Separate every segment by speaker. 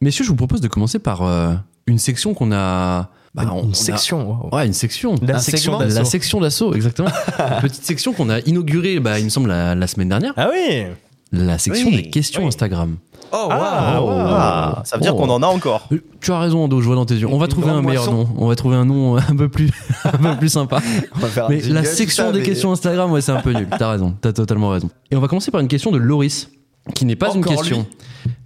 Speaker 1: Messieurs, je vous propose de commencer par euh, une section qu'on a. bah, on- on
Speaker 2: une
Speaker 1: a-
Speaker 2: section. waouh.
Speaker 1: Ouais, une section.
Speaker 2: La
Speaker 1: Un
Speaker 2: section
Speaker 1: segment,
Speaker 2: d'assaut.
Speaker 1: La section d'assaut, exactement. Une petite section qu'on a inaugurée, bah, il me semble, la, la semaine dernière.
Speaker 2: Ah oui
Speaker 1: La section
Speaker 3: Oui,
Speaker 1: des questions
Speaker 3: oui.
Speaker 1: Instagram.
Speaker 3: Oh,
Speaker 2: Ah,
Speaker 3: waouh,
Speaker 2: oh,
Speaker 3: waouh. Ça veut dire
Speaker 1: oh.
Speaker 3: qu'on en a encore.
Speaker 1: Euh, Tu as raison, Ando, je vois dans tes yeux. On va
Speaker 3: Une
Speaker 1: trouver
Speaker 3: grande
Speaker 1: un meilleur
Speaker 3: moisson.
Speaker 1: nom. On va trouver un nom euh, un peu plus, un peu plus sympa.
Speaker 3: On va faire un
Speaker 1: Mais
Speaker 3: jingle,
Speaker 1: la
Speaker 3: tout
Speaker 1: section
Speaker 3: ça,
Speaker 1: des
Speaker 3: mais-
Speaker 1: questions Instagram, ouais, c'est un peu nul. T'as raison, t'as totalement raison. Et on va commencer par une question de Loris, qui n'est pas une
Speaker 3: Encore
Speaker 1: question.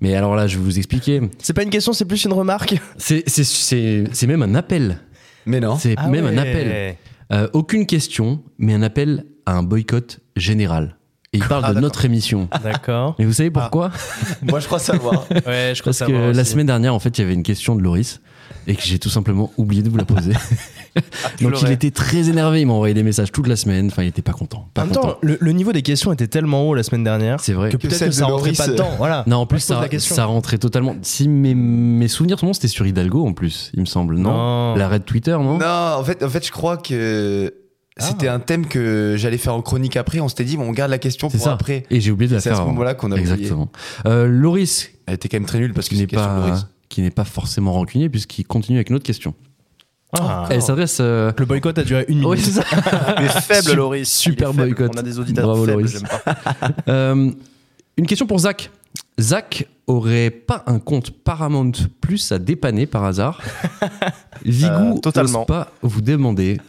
Speaker 1: Mais alors là, je vais vous expliquer.
Speaker 3: C'est pas une question, c'est plus une remarque.
Speaker 1: C'est- C'est c'est- c'est même un appel.
Speaker 4: Mais non.
Speaker 1: C'est
Speaker 2: Ah
Speaker 1: même
Speaker 2: ouais.
Speaker 1: un appel. Euh, aucune question, mais un appel à un boycott général. Et il parle
Speaker 3: Ah,
Speaker 1: de
Speaker 3: d'accord.
Speaker 1: notre émission.
Speaker 2: D'accord.
Speaker 1: Et vous savez pourquoi
Speaker 4: Moi, je crois savoir.
Speaker 2: Ouais, je crois
Speaker 1: Parce que la semaine dernière, en fait, il y avait une question de Loris et que j'ai tout simplement oublié de vous la poser. Donc il
Speaker 3: l'aurais.
Speaker 1: était très énervé, il m'a envoyé des messages toute la semaine. Enfin, il était pas content. Pas
Speaker 2: En même temps,
Speaker 1: content.
Speaker 2: le, le niveau des questions était tellement haut la semaine dernière
Speaker 1: c'est vrai.
Speaker 2: que peut-être
Speaker 4: celle
Speaker 2: que ça
Speaker 4: de
Speaker 2: rentrait
Speaker 4: Loris,
Speaker 2: pas
Speaker 4: euh,
Speaker 2: dedans. Voilà.
Speaker 1: Non, en plus,
Speaker 2: je pose
Speaker 1: ça,
Speaker 2: la question.
Speaker 1: ça rentrait totalement. Si mes, mes souvenirs sont bons, c'était sur Hidalgo en plus, il me semble. Non,
Speaker 2: Non.
Speaker 1: L'arrêt de Twitter, non,
Speaker 4: non, en fait, en fait, je crois que c'était un thème que j'allais faire en chronique après. On s'était dit, bon, on garde la question
Speaker 1: C'est
Speaker 4: pour
Speaker 1: ça.
Speaker 4: après.
Speaker 1: Et j'ai oublié de la
Speaker 4: C'est à
Speaker 1: faire.
Speaker 4: ce
Speaker 1: avant.
Speaker 4: moment-là qu'on a oublié.
Speaker 1: Exactement. Euh, Loris,
Speaker 4: Elle était quand même très nulle parce que
Speaker 1: qui n'est
Speaker 4: c'est question de
Speaker 1: pas
Speaker 4: Boris.
Speaker 1: qui n'est pas forcément rancunier puisqu'il continue avec une autre question.
Speaker 2: Ah.
Speaker 1: Elle s'adresse. euh,
Speaker 2: Le boycott a duré une minute.
Speaker 1: oui, c'est ça.
Speaker 3: Mais faible,
Speaker 1: Su-
Speaker 3: Loris. il est
Speaker 1: Ah, super
Speaker 3: faible.
Speaker 1: boycott.
Speaker 3: On a des auditeurs
Speaker 1: Bravo,
Speaker 3: faibles,
Speaker 1: Loris.
Speaker 3: j'aime pas.
Speaker 1: Euh, une question pour Zach. Zach aurait pas un compte Paramount Plus à dépanner par hasard Vigou,
Speaker 3: Euh, totalement.
Speaker 1: n'ose pas vous demander.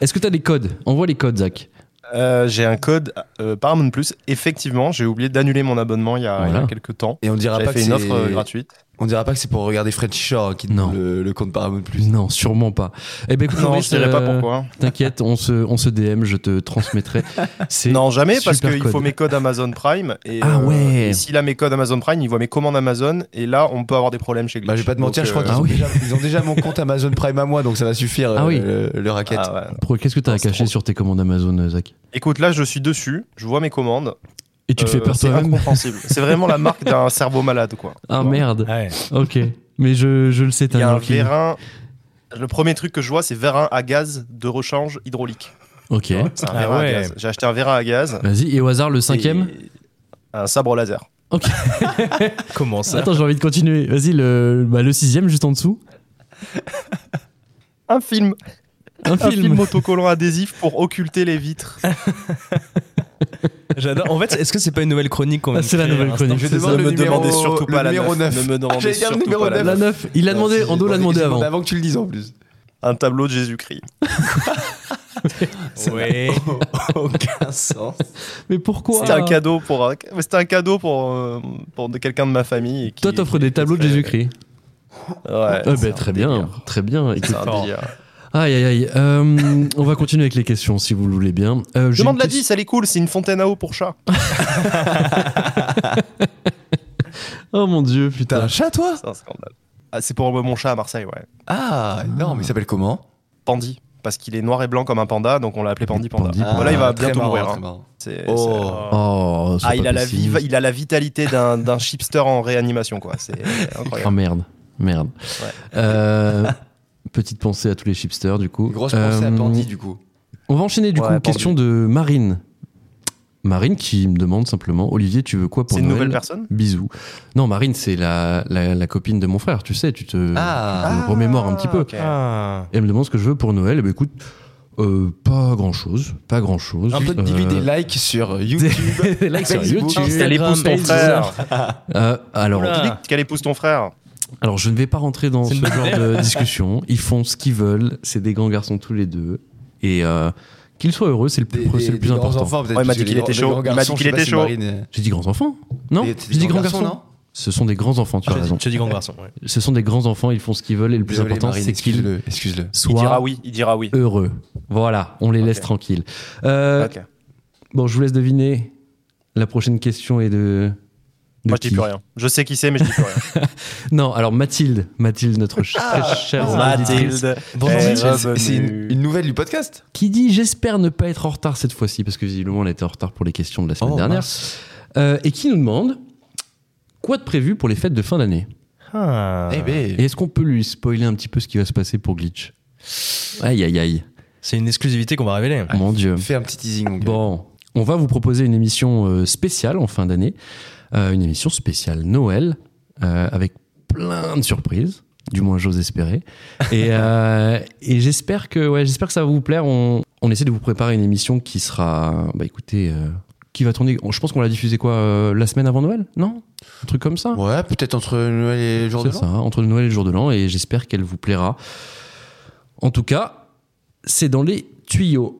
Speaker 1: Est-ce que tu as des codes Envoie les codes, Zach.
Speaker 3: Euh, j'ai un code euh, Paramount Plus. Effectivement, j'ai oublié d'annuler mon abonnement il y a,
Speaker 1: Voilà.
Speaker 3: il y a quelques temps.
Speaker 4: Et on dira
Speaker 3: J'avais
Speaker 4: pas que
Speaker 3: fait une
Speaker 4: c'est-
Speaker 3: offre euh, gratuite.
Speaker 4: On dira pas que c'est pour regarder French Shore qui
Speaker 1: Non.
Speaker 4: donne le, le compte Paramount Plus.
Speaker 1: Non, sûrement pas. Eh ben, écoute,
Speaker 3: Non,
Speaker 1: Maurice,
Speaker 3: je dirais pas
Speaker 1: euh,
Speaker 3: pourquoi.
Speaker 1: T'inquiète, on se, on se DM, je te transmettrai. C'est-
Speaker 3: Non, jamais, parce
Speaker 1: super
Speaker 3: qu'il
Speaker 1: code.
Speaker 3: faut mes codes Amazon Prime. Et, euh,
Speaker 1: Ah ouais.
Speaker 3: et s'il a mes codes Amazon Prime, il voit mes commandes Amazon. Et là, on peut avoir des problèmes chez Glitch.
Speaker 4: Bah, je vais pas te mentir,
Speaker 3: Donc,
Speaker 4: je crois
Speaker 3: euh,
Speaker 4: qu'ils
Speaker 1: Ah
Speaker 4: ont,
Speaker 1: oui.
Speaker 4: déjà- ils ont déjà mon compte Amazon Prime à moi, donc ça va suffire
Speaker 1: Ah
Speaker 4: euh,
Speaker 1: oui.
Speaker 4: le, le racket.
Speaker 3: ah ouais.
Speaker 1: Pourquoi- Qu'est-ce que t'as
Speaker 3: Non,
Speaker 1: à
Speaker 3: c'est
Speaker 1: cacher
Speaker 3: trop.
Speaker 1: sur tes commandes Amazon, euh, Zach
Speaker 3: Écoute, là, je suis dessus. Je vois mes commandes.
Speaker 1: Et tu te
Speaker 3: Euh,
Speaker 1: fais peur
Speaker 3: C'est
Speaker 1: toi-même
Speaker 3: incompréhensible. c'est vraiment la marque d'un cerveau malade, quoi.
Speaker 1: Ah
Speaker 3: Tu vois.
Speaker 1: merde.
Speaker 2: Ouais.
Speaker 1: Ok, mais je, je le sais, t'as
Speaker 3: Il y a un
Speaker 1: envie.
Speaker 3: vérin. Le premier truc que je vois, c'est vérin à gaz de rechange hydraulique.
Speaker 1: Ok,
Speaker 3: C'est un
Speaker 2: Ah
Speaker 3: vérin à
Speaker 2: ouais.
Speaker 3: gaz. J'ai acheté un vérin à gaz.
Speaker 1: vas-y, et au hasard le cinquième
Speaker 3: et Un sabre laser.
Speaker 2: Comment ça
Speaker 1: Attends, j'ai envie de continuer. Vas-y, le, bah, le sixième juste en dessous.
Speaker 3: Un film.
Speaker 1: Un
Speaker 3: Un
Speaker 1: film.
Speaker 3: film autocollant adhésif pour occulter les vitres.
Speaker 2: J'adore. En fait, est-ce que c'est pas une nouvelle chronique qu'on
Speaker 1: Ah,
Speaker 2: vient de
Speaker 1: c'est la
Speaker 2: créer à
Speaker 1: nouvelle
Speaker 2: l'instant
Speaker 1: chronique.
Speaker 4: Je
Speaker 1: c'est
Speaker 4: demande
Speaker 1: ça.
Speaker 4: le
Speaker 3: Ne me
Speaker 4: numéro-
Speaker 3: demandez surtout
Speaker 4: le
Speaker 3: pas la
Speaker 4: numéro
Speaker 3: 9.
Speaker 4: 9.
Speaker 3: Ne me demandez
Speaker 4: J'allais dire le
Speaker 3: surtout
Speaker 4: numéro
Speaker 3: pas la
Speaker 4: 9.
Speaker 1: La neuf, il
Speaker 4: Bah,
Speaker 1: l'a demandé, Ando l'a demandé avant.
Speaker 4: Avant que tu le dises en plus.
Speaker 3: Un tableau de Jésus-Christ.
Speaker 2: Ouais.
Speaker 4: Aucun sens.
Speaker 1: Mais pourquoi
Speaker 3: C'était un cadeau pour, un- c'était un cadeau pour, euh, pour de quelqu'un de ma famille. et qui-
Speaker 1: Toi, t'offres
Speaker 3: qui-
Speaker 1: des tableaux de
Speaker 3: qui-
Speaker 1: Jésus-Christ.
Speaker 3: Ouais.
Speaker 1: Ah,
Speaker 3: c'est
Speaker 1: bah,
Speaker 3: un
Speaker 1: très
Speaker 3: délire.
Speaker 1: bien, très bien.
Speaker 3: C'est
Speaker 1: Écoute,
Speaker 3: un
Speaker 2: Fort.
Speaker 3: délire.
Speaker 1: aïe, aïe, aïe. Euh, on va continuer avec les questions si vous le voulez bien. Euh, j'ai
Speaker 3: Demande
Speaker 1: une
Speaker 3: la
Speaker 1: question-
Speaker 3: 10, elle est cool, c'est une fontaine à eau pour chat.
Speaker 1: Oh mon dieu,
Speaker 4: T'as
Speaker 1: putain.
Speaker 4: un chat toi
Speaker 3: C'est un scandale. Ah, c'est pour mon chat à Marseille, ouais.
Speaker 4: Ah, énorme. Il s'appelle comment
Speaker 3: Pandy. Parce qu'il est noir et blanc comme un panda, donc on l'a appelé Pandy Panda.
Speaker 1: Pandy, Ah,
Speaker 3: voilà, il va
Speaker 4: très
Speaker 3: bientôt
Speaker 4: marrant,
Speaker 3: mourir.
Speaker 4: très
Speaker 3: hein.
Speaker 4: marrant.
Speaker 3: C'est-
Speaker 4: Oh.
Speaker 3: c'est-
Speaker 1: Oh, sois
Speaker 3: Ah, il
Speaker 1: pas
Speaker 3: a, la
Speaker 1: pessimiste.
Speaker 3: vive- il a la vitalité d'un d'un chipster en réanimation, quoi. C'est incroyable.
Speaker 1: Ah merde, merde.
Speaker 3: Ouais.
Speaker 1: Euh, petite pensée à tous les chipsters du coup.
Speaker 4: Une grosse pensée à
Speaker 1: Euh,
Speaker 4: Pandy du coup.
Speaker 1: On va enchaîner du
Speaker 3: Ouais,
Speaker 1: coup.
Speaker 3: Pandy.
Speaker 1: Question de Marine. Marine qui me demande simplement, Olivier, tu veux quoi pour
Speaker 3: C'est une
Speaker 1: Noël
Speaker 3: nouvelle personne
Speaker 1: Bisous. Non, Marine, c'est la, la, la copine de mon frère, tu sais, tu te
Speaker 4: Ah.
Speaker 1: te remémores un petit peu.
Speaker 3: ok.
Speaker 2: Ah.
Speaker 1: Et elle me demande ce que je veux pour Noël. Eh ben, écoute, euh, pas grand chose, pas Euh, grand chose.
Speaker 4: ah, Un peu de divi des likes sur YouTube.
Speaker 1: des likes sur
Speaker 4: Facebook,
Speaker 1: YouTube.
Speaker 4: Instagram,
Speaker 3: Qu'elle épouse ton frère. Ah.
Speaker 1: Euh, alors,
Speaker 2: Oula.
Speaker 3: Dis Qu'elle épouse ton frère.
Speaker 1: Alors, je ne vais pas rentrer dans
Speaker 2: C'est
Speaker 1: ce
Speaker 2: une bonne
Speaker 1: genre de discussion. Ils font ce qu'ils veulent. C'est des grands garçons tous les deux. Et euh, qu'ils soient heureux, c'est le plus,
Speaker 4: Des- des-
Speaker 1: c'est le plus
Speaker 4: des grands
Speaker 1: important.
Speaker 4: enfants, peut-être,
Speaker 3: Ouais, il m'a
Speaker 4: parce
Speaker 3: dit
Speaker 4: que
Speaker 3: qu'il
Speaker 4: les
Speaker 3: était
Speaker 4: grands-
Speaker 3: chaud.
Speaker 4: les grands
Speaker 3: Il m'a dit
Speaker 4: garçons,
Speaker 3: qu'il
Speaker 4: je sais pas
Speaker 3: était
Speaker 4: si
Speaker 3: chaud.
Speaker 4: Marine, euh,
Speaker 1: J'ai dit grands enfants Non
Speaker 4: t'es- t'es
Speaker 1: J'ai dit grands garçons.
Speaker 4: non
Speaker 1: Ce sont des grands enfants, tu
Speaker 3: Ah,
Speaker 1: as raison.
Speaker 2: Tu as dit grand garçon. ouais.
Speaker 1: Ce sont des grands enfants, ils font ce qu'ils veulent. Et le plus
Speaker 4: Désolé,
Speaker 1: important,
Speaker 4: Marine,
Speaker 1: c'est qu'ils
Speaker 4: excuse-le, excuse-le.
Speaker 3: Il dira
Speaker 1: soient
Speaker 3: oui, il dira oui.
Speaker 1: heureux. Voilà, on les laisse
Speaker 3: Ok.
Speaker 1: tranquilles. Euh,
Speaker 3: Ok.
Speaker 1: Bon, je vous laisse deviner. La prochaine question est de. de
Speaker 3: Moi, je dis
Speaker 1: qui
Speaker 3: plus rien. Je sais qui c'est, mais je dis plus rien.
Speaker 1: Non, alors Mathilde, Mathilde, notre ch-
Speaker 3: Ah,
Speaker 1: très chère auditrice,
Speaker 2: Bonjour,
Speaker 3: Eh,
Speaker 2: Michel.
Speaker 3: revenue.
Speaker 4: C'est une, une nouvelle du podcast
Speaker 1: qui dit j'espère ne pas être en retard cette fois-ci parce que visiblement elle était en retard pour les questions de la semaine
Speaker 4: Oh,
Speaker 1: dernière Euh, et qui nous demande quoi de prévu pour les fêtes de fin d'année
Speaker 2: Ah.
Speaker 4: Eh ben,
Speaker 1: et est-ce qu'on peut lui spoiler un petit peu ce qui va se passer pour Glitch aïe aïe aïe
Speaker 2: C'est une exclusivité qu'on va révéler.
Speaker 1: mon dieu
Speaker 4: fais un petit teasing. mon gars.
Speaker 1: bon on va vous proposer une émission euh, spéciale en fin d'année Euh, une émission spéciale Noël euh, avec plein plein de surprises. Du moins, j'ose espérer. Et, euh, et j'espère que, ouais, j'espère que ça va vous plaire. On, on essaie de vous préparer une émission qui sera, bah écoutez, euh, qui va tourner. Je pense qu'on l'a diffusée quoi, euh, la semaine avant Noël, non Un truc comme ça.
Speaker 4: Ouais, peut-être entre Noël et le jour de
Speaker 1: C'est
Speaker 4: l'an.
Speaker 1: ça, entre Noël et le jour de l'an, et j'espère qu'elle vous plaira. En tout cas, c'est dans les tuyaux.